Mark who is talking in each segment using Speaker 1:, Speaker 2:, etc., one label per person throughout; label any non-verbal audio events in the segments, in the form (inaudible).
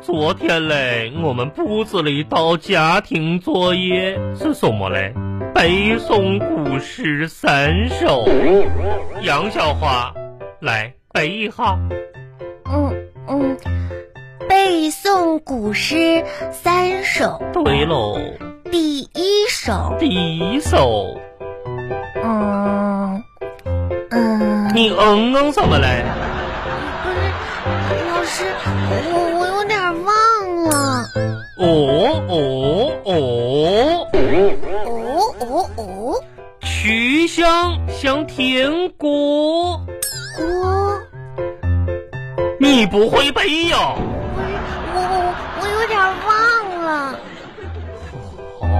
Speaker 1: 昨天嘞，我们布置了一道家庭作业，是什么嘞？背诵古诗三首。杨小花，来背一下。
Speaker 2: 嗯嗯，背诵古诗三首，
Speaker 1: 对喽，
Speaker 2: 第一首，
Speaker 1: 第一首，
Speaker 2: 嗯嗯，
Speaker 1: 你嗯嗯什么嘞？
Speaker 2: 不是，老师，我我有点忘了。
Speaker 1: 哦哦哦，
Speaker 2: 哦哦哦，
Speaker 1: 曲项向天歌。
Speaker 2: 哦，
Speaker 1: 你不会背呀、
Speaker 2: 不是，我我我有点忘了。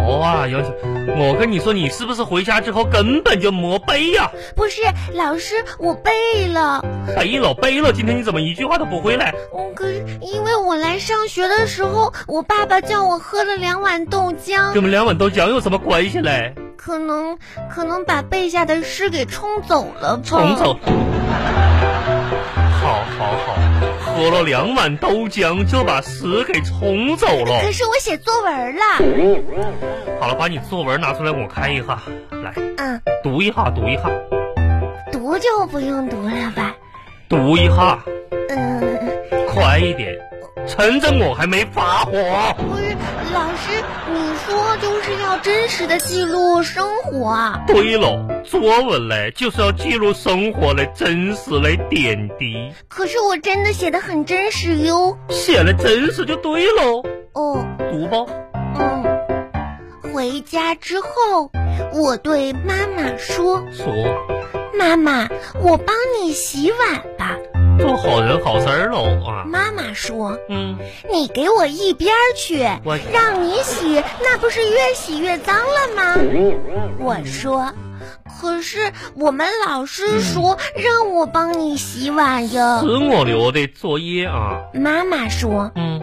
Speaker 1: 好啊，杨小，我跟你说，你是不是回家之后根本就没背呀、
Speaker 2: 不是，老师，我背了。
Speaker 1: 背了哎背了，今天你怎么一句话都不会嘞？
Speaker 2: 嗯，可是因为我来上学的时候，我爸爸叫我喝了两碗豆
Speaker 1: 跟
Speaker 2: 浆
Speaker 1: 我，们两碗豆浆有什么关系嘞？
Speaker 2: 可能可能把背下的诗给冲走了吧。
Speaker 1: 重走。好好好，喝了两碗豆浆就把屎给冲走了。
Speaker 2: 可是我写作文了。
Speaker 1: 好了，把你作文拿出来我看一下，来
Speaker 2: 嗯，
Speaker 1: 读一下，读一下，
Speaker 2: 读就不用读了吧。
Speaker 1: 读一下，
Speaker 2: 嗯，
Speaker 1: 快一点，趁着我还没发火。
Speaker 2: 不是，老师，你说就是要真实的记录生活啊。
Speaker 1: 对了，作文嘞就是要记录生活嘞真实嘞点滴，
Speaker 2: 可是我真的写的很真实哟。
Speaker 1: 写嘞真实就对喽。
Speaker 2: 哦，
Speaker 1: 读吧，
Speaker 2: 嗯，回家之后，我对妈妈说。
Speaker 1: 说
Speaker 2: 妈妈，我帮你洗碗吧。
Speaker 1: 做好人好事儿喽啊。
Speaker 2: 妈妈说
Speaker 1: 嗯，：“
Speaker 2: 你给我一边儿去，
Speaker 1: 我
Speaker 2: 让你洗，那不是越洗越脏了吗？”我说：“可是我们老师说让我帮你洗碗呀
Speaker 1: 是。我留的作业啊。”
Speaker 2: 妈妈说
Speaker 1: 嗯，：“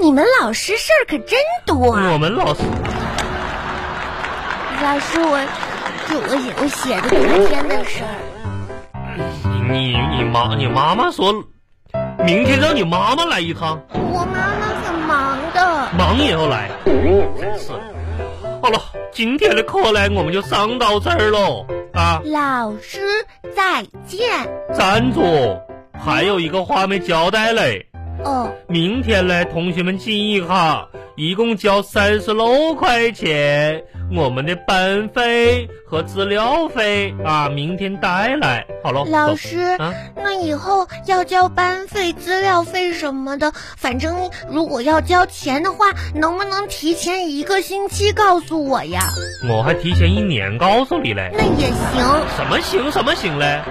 Speaker 2: 你们老师事儿可真多啊。
Speaker 1: 我们老师，”
Speaker 2: 老师，我就我写我写的昨天的事儿。
Speaker 1: 你你妈你妈妈说，明天让你妈妈来一趟，
Speaker 2: 我妈妈很忙的。
Speaker 1: 忙也要来。真是。好了，今天的课嘞我们就上到这儿喽啊。
Speaker 2: 老师再见。
Speaker 1: 站住！还有一个话没交代嘞，
Speaker 2: 哦。
Speaker 1: 明天嘞，同学们记一下，一共交三十六块钱，我们的班费和资料费啊，明天带来。好了，
Speaker 2: 老
Speaker 1: 走
Speaker 2: 师，
Speaker 1: 啊，
Speaker 2: 那以后要交班费、资料费什么的，反正如果要交钱的话，能不能提前一个星期告诉我呀？
Speaker 1: 我还提前一年告诉你嘞，
Speaker 2: 那也行。
Speaker 1: 什么行什么行嘞，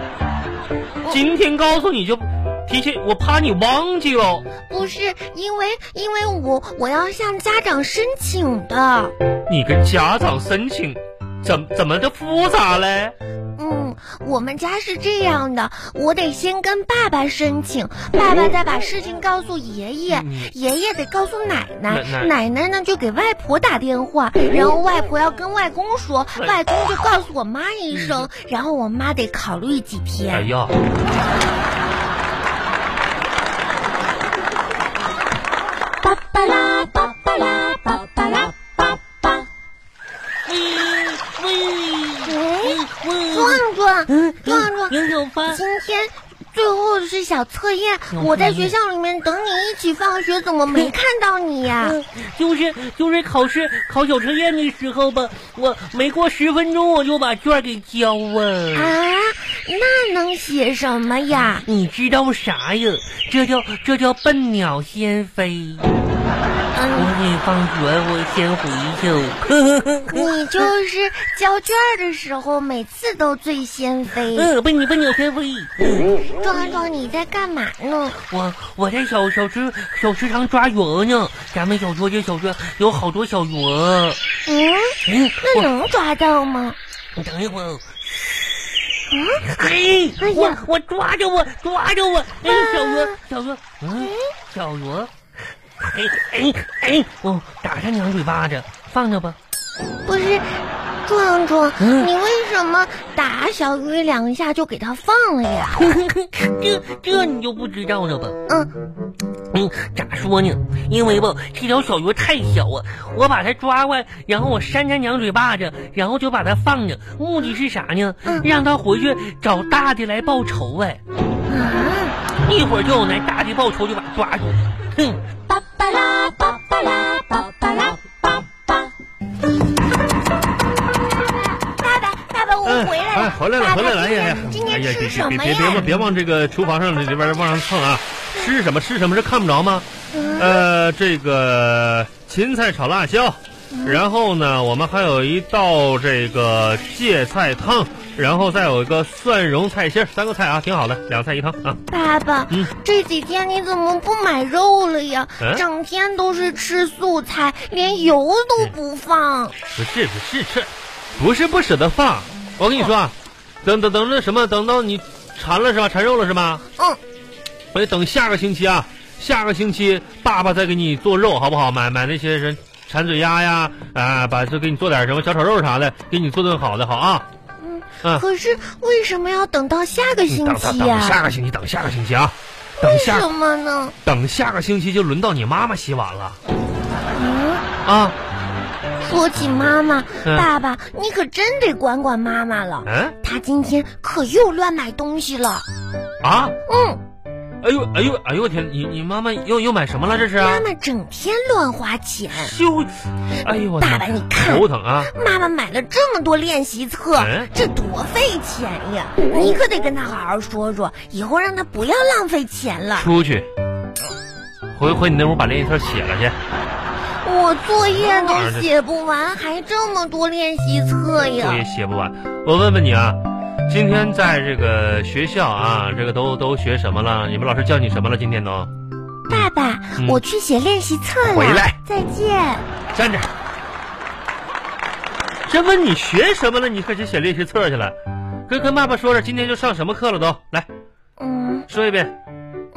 Speaker 1: 今天告诉你就提前，我怕你忘记了。
Speaker 2: 不是因为，因为我我要向家长申请的。
Speaker 1: 你跟家长申请，怎怎么的复杂嘞？
Speaker 2: 嗯，我们家是这样的，我得先跟爸爸申请，爸爸再把事情告诉爷爷
Speaker 1: 嗯，
Speaker 2: 爷爷得告诉奶奶，
Speaker 1: 奶
Speaker 2: 奶奶呢就给外婆打电话，然后外婆要跟外公说，
Speaker 1: 外嗯
Speaker 2: 外公就告诉我妈一声，然后我妈得考虑几
Speaker 1: 哎
Speaker 2: 天。
Speaker 1: 呀，
Speaker 2: 巴巴拉巴巴拉巴巴拉巴巴，
Speaker 3: 喂喂
Speaker 2: 喂，
Speaker 3: 喂！
Speaker 2: 哎壮壮，
Speaker 3: 嗯
Speaker 2: 壮壮，
Speaker 3: 杨小帆，
Speaker 2: 今天。最后是小测验，
Speaker 1: 嗯
Speaker 2: 我在学校里面等你一起放学，怎么没看到你呀、
Speaker 3: 嗯就是就是考试考小测验的时候吧，我没过十分钟我就把卷儿给交啊。
Speaker 2: 啊，那能写什么呀？
Speaker 3: 你知道啥呀？这叫这叫笨鸟先飞。
Speaker 2: 嗯，
Speaker 3: 我得放学，我先回去。
Speaker 2: 你就是交卷儿的时候，每次都最先飞。
Speaker 3: 嗯，笨鸟笨鸟先飞。嗯，
Speaker 2: 壮壮，你在干嘛呢？
Speaker 3: 我我在小小池小池塘抓鱼呢。咱们小桌这小桌有好多小鱼。
Speaker 2: 嗯，
Speaker 3: 嗯，
Speaker 2: 那
Speaker 3: 我
Speaker 2: 能抓到吗？
Speaker 3: 你等一会儿。
Speaker 2: 啊，
Speaker 3: 哎，
Speaker 2: 哎呀
Speaker 3: 我我抓着我抓着我，哎，小鱼小鱼，嗯
Speaker 2: 哎，
Speaker 3: 小鱼，哎哎哎，我打上两嘴巴子，放着吧。 (laughs)
Speaker 2: 不是，壮壮，
Speaker 3: 嗯
Speaker 2: 你为什么打小鱼两下就给它放了呀？
Speaker 3: 这这你就不知道了吧？
Speaker 2: 嗯，
Speaker 3: 嗯，咋说呢？因为吧，这条小鱼太小啊，我把它抓过来，然后我扇它两嘴巴子，然后就把它放着。目的是啥呢？
Speaker 2: 嗯
Speaker 3: 让它回去找大的来报仇哎。
Speaker 1: 啊
Speaker 3: 一会儿就有那大的报仇就把它抓住。哼，
Speaker 2: 巴巴拉巴巴拉巴巴拉巴巴。爸爸，爸爸，我
Speaker 1: 哎
Speaker 2: 回来
Speaker 1: 哎
Speaker 2: 了，
Speaker 1: 回来了，
Speaker 2: 爸爸
Speaker 1: 回来了！哎呀呀，
Speaker 2: 今
Speaker 1: 哎
Speaker 2: 天今
Speaker 1: 呀
Speaker 2: 天，吃
Speaker 1: 别
Speaker 2: 什
Speaker 1: 别别别
Speaker 2: 么呀
Speaker 1: 往？别往这个厨房上里边往上蹭啊！吃什么吃什么，这看不着吗？呃，这个芹菜炒辣椒，
Speaker 2: 嗯
Speaker 1: 然后呢，我们还有一道这个芥菜汤，然后再有一个蒜蓉菜心儿，三个菜啊，挺好的，两菜一汤啊。
Speaker 2: 爸爸
Speaker 1: 嗯，
Speaker 2: 这几天你怎么不买肉了呀
Speaker 1: 嗯？
Speaker 2: 整天都是吃素菜，连油都不放。
Speaker 1: 不是不是这，不是不舍得放。我跟你
Speaker 2: 哦
Speaker 1: 说啊，等等等着什么？等到你馋了是吧？馋肉了是吧？
Speaker 2: 嗯，
Speaker 1: 我得等下个星期啊，下个星期爸爸再给你做肉好不好？买买那些人馋嘴鸭呀啊，把这给你做点什么小炒肉啥的，给你做顿好的好啊。嗯
Speaker 2: 可是为什么要等到下个星
Speaker 1: 等
Speaker 2: 期啊哎
Speaker 1: 等等下
Speaker 2: 呀？
Speaker 1: 个星期，等下个星期啊，等
Speaker 2: 为
Speaker 1: 下
Speaker 2: 什么呢？
Speaker 1: 等下个星期就轮到你妈妈洗碗了
Speaker 2: 嗯，
Speaker 1: 啊。
Speaker 2: 说起妈妈，
Speaker 1: 嗯
Speaker 2: 爸爸，你可真得管管妈妈了。
Speaker 1: 嗯
Speaker 2: 她今天可又乱买东西了。
Speaker 1: 啊，
Speaker 2: 嗯，
Speaker 1: 哎呦哎呦哎呦我天，你你妈妈又又买什么了这是？啊
Speaker 2: 妈妈整天乱花钱。
Speaker 1: 就，哎呦我
Speaker 2: 爸爸，你看，
Speaker 1: 头疼啊！
Speaker 2: 妈妈买了这么多练习册
Speaker 1: 嗯，
Speaker 2: 这多费钱呀！你可得跟她好好说说，以后让她不要浪费钱了。
Speaker 1: 出去，回回你那屋把练习册写了去。
Speaker 2: 哎我作业都写不完，还这么多练习册
Speaker 1: 作业
Speaker 2: 呀！
Speaker 1: 写不完。我问问你啊，今天在这个学校啊，这个都都学什么了？你们老师叫你什么了？今天都
Speaker 2: 爸爸，
Speaker 1: 嗯
Speaker 2: 我去写练习册了。
Speaker 1: 回来，
Speaker 2: 再见。
Speaker 1: 站着。这问你学什么了？你可去写练习册去了。跟跟爸爸说说，今天就上什么课了都？来
Speaker 2: 嗯，
Speaker 1: 说一遍。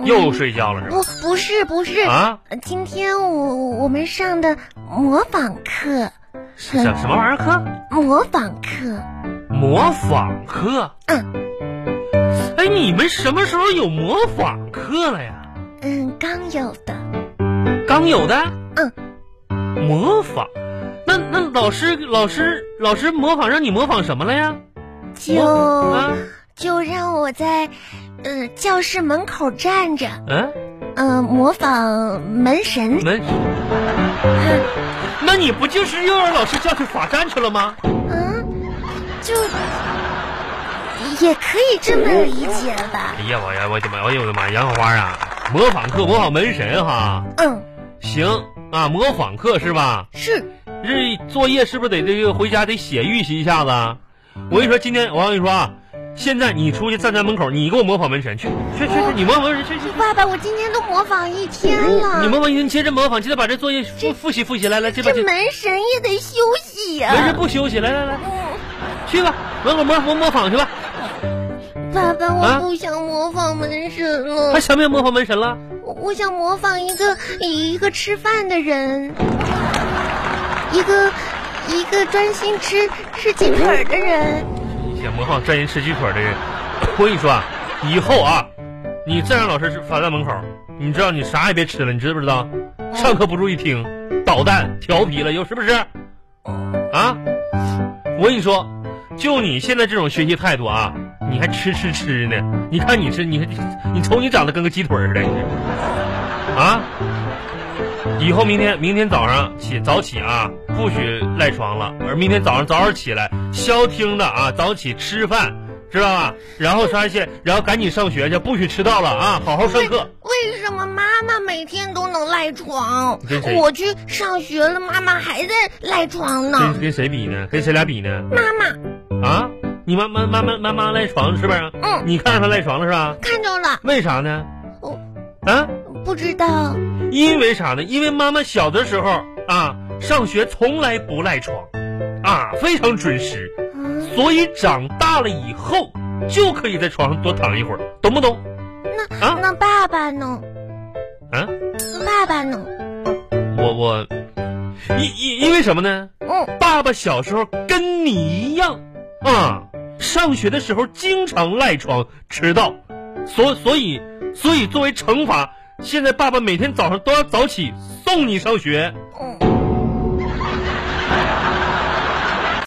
Speaker 1: 又睡觉了是吧？
Speaker 2: 不，不是，不是。
Speaker 1: 啊，
Speaker 2: 呃今天我我们上的模仿课，
Speaker 1: 什什么玩意儿课？
Speaker 2: 模仿课。
Speaker 1: 模仿课。
Speaker 2: 嗯。
Speaker 1: 哎，你们什么时候有模仿课了呀？
Speaker 2: 嗯，刚有的。
Speaker 1: 刚有的。
Speaker 2: 嗯。
Speaker 1: 模仿，那那老师老师老师模仿让你模仿什么了呀？
Speaker 2: 就、
Speaker 1: 啊，
Speaker 2: 就让我在，呃，教室门口站着，
Speaker 1: 嗯，
Speaker 2: 嗯、模仿门神。
Speaker 1: 门，
Speaker 2: 嗯、
Speaker 1: 那你不就是又让老师叫去罚站去了吗？
Speaker 2: 嗯，就也可以这么理解吧
Speaker 1: 哎。呀，我呀，我的妈，哎呦我的妈，杨花啊，模仿课模仿门神哈，
Speaker 2: 嗯，
Speaker 1: 行啊，模仿课是吧？
Speaker 2: 是，
Speaker 1: 这作业是不是得这个回家得写预习一下子啊？我跟你说，今天我跟你说啊，现在你出去站在门口，你给我模仿门神去，去去去，你模仿门神去去去。
Speaker 2: 爸爸，我今天都模仿一天了。
Speaker 1: 你模仿一天，你接着模仿，接着把这作业复复习复习。来来，这把
Speaker 2: 这
Speaker 1: 这
Speaker 2: 门神也得休息呀、
Speaker 1: 没事不休息，来来来，去吧，门口模模模仿去吧。
Speaker 2: 爸爸，
Speaker 1: 啊
Speaker 2: 我不想模仿门神了，
Speaker 1: 还想不想哎模仿门神了？
Speaker 2: 我我想模仿一个一个吃饭的人，
Speaker 1: 嗯
Speaker 2: 一个一个专心吃吃鸡腿儿的人。
Speaker 1: 你想模仿专心吃鸡腿的人，我跟你说啊，以后啊，你再让老师罚站门口，你知道你啥也别吃了，你知不知道？上课不注意听，捣蛋调皮了又是不是？啊，我跟你说，就你现在这种学习态度啊，你还吃吃吃呢？你看你吃，你看你瞅你长得跟个鸡腿儿似的，你这啊！以后明天明天早上起早起啊，不许赖床了。而明天早上早点起来，消停的啊，早起吃饭，知道吧？然后刷线，然后赶紧上学去，不许迟到了啊！好好上课。
Speaker 2: 为什么妈妈每天都能赖床
Speaker 1: 跟谁？
Speaker 2: 我去上学了，妈妈还在赖床呢
Speaker 1: 跟。跟谁比呢？跟谁俩比呢？
Speaker 2: 妈妈
Speaker 1: 啊？你妈妈妈妈妈妈赖床是不是？
Speaker 2: 嗯
Speaker 1: 你看着她赖床了是吧？
Speaker 2: 看着了，
Speaker 1: 为啥呢？
Speaker 2: 我
Speaker 1: 啊？
Speaker 2: 不知道。
Speaker 1: 因为啥呢？因为妈妈小的时候啊，上学从来不赖床，啊，非常准时。
Speaker 2: 嗯，
Speaker 1: 所以长大了以后就可以在床上多躺一会儿，懂不懂？
Speaker 2: 那、
Speaker 1: 啊
Speaker 2: 那爸爸呢？
Speaker 1: 啊，
Speaker 2: 那爸爸呢？
Speaker 1: 我我，因因因为什么呢？
Speaker 2: 嗯，
Speaker 1: 爸爸小时候跟你一样啊，上学的时候经常赖床迟到，所所以所以作为惩罚，现在爸爸每天早上都要早起送你上学。
Speaker 2: 嗯。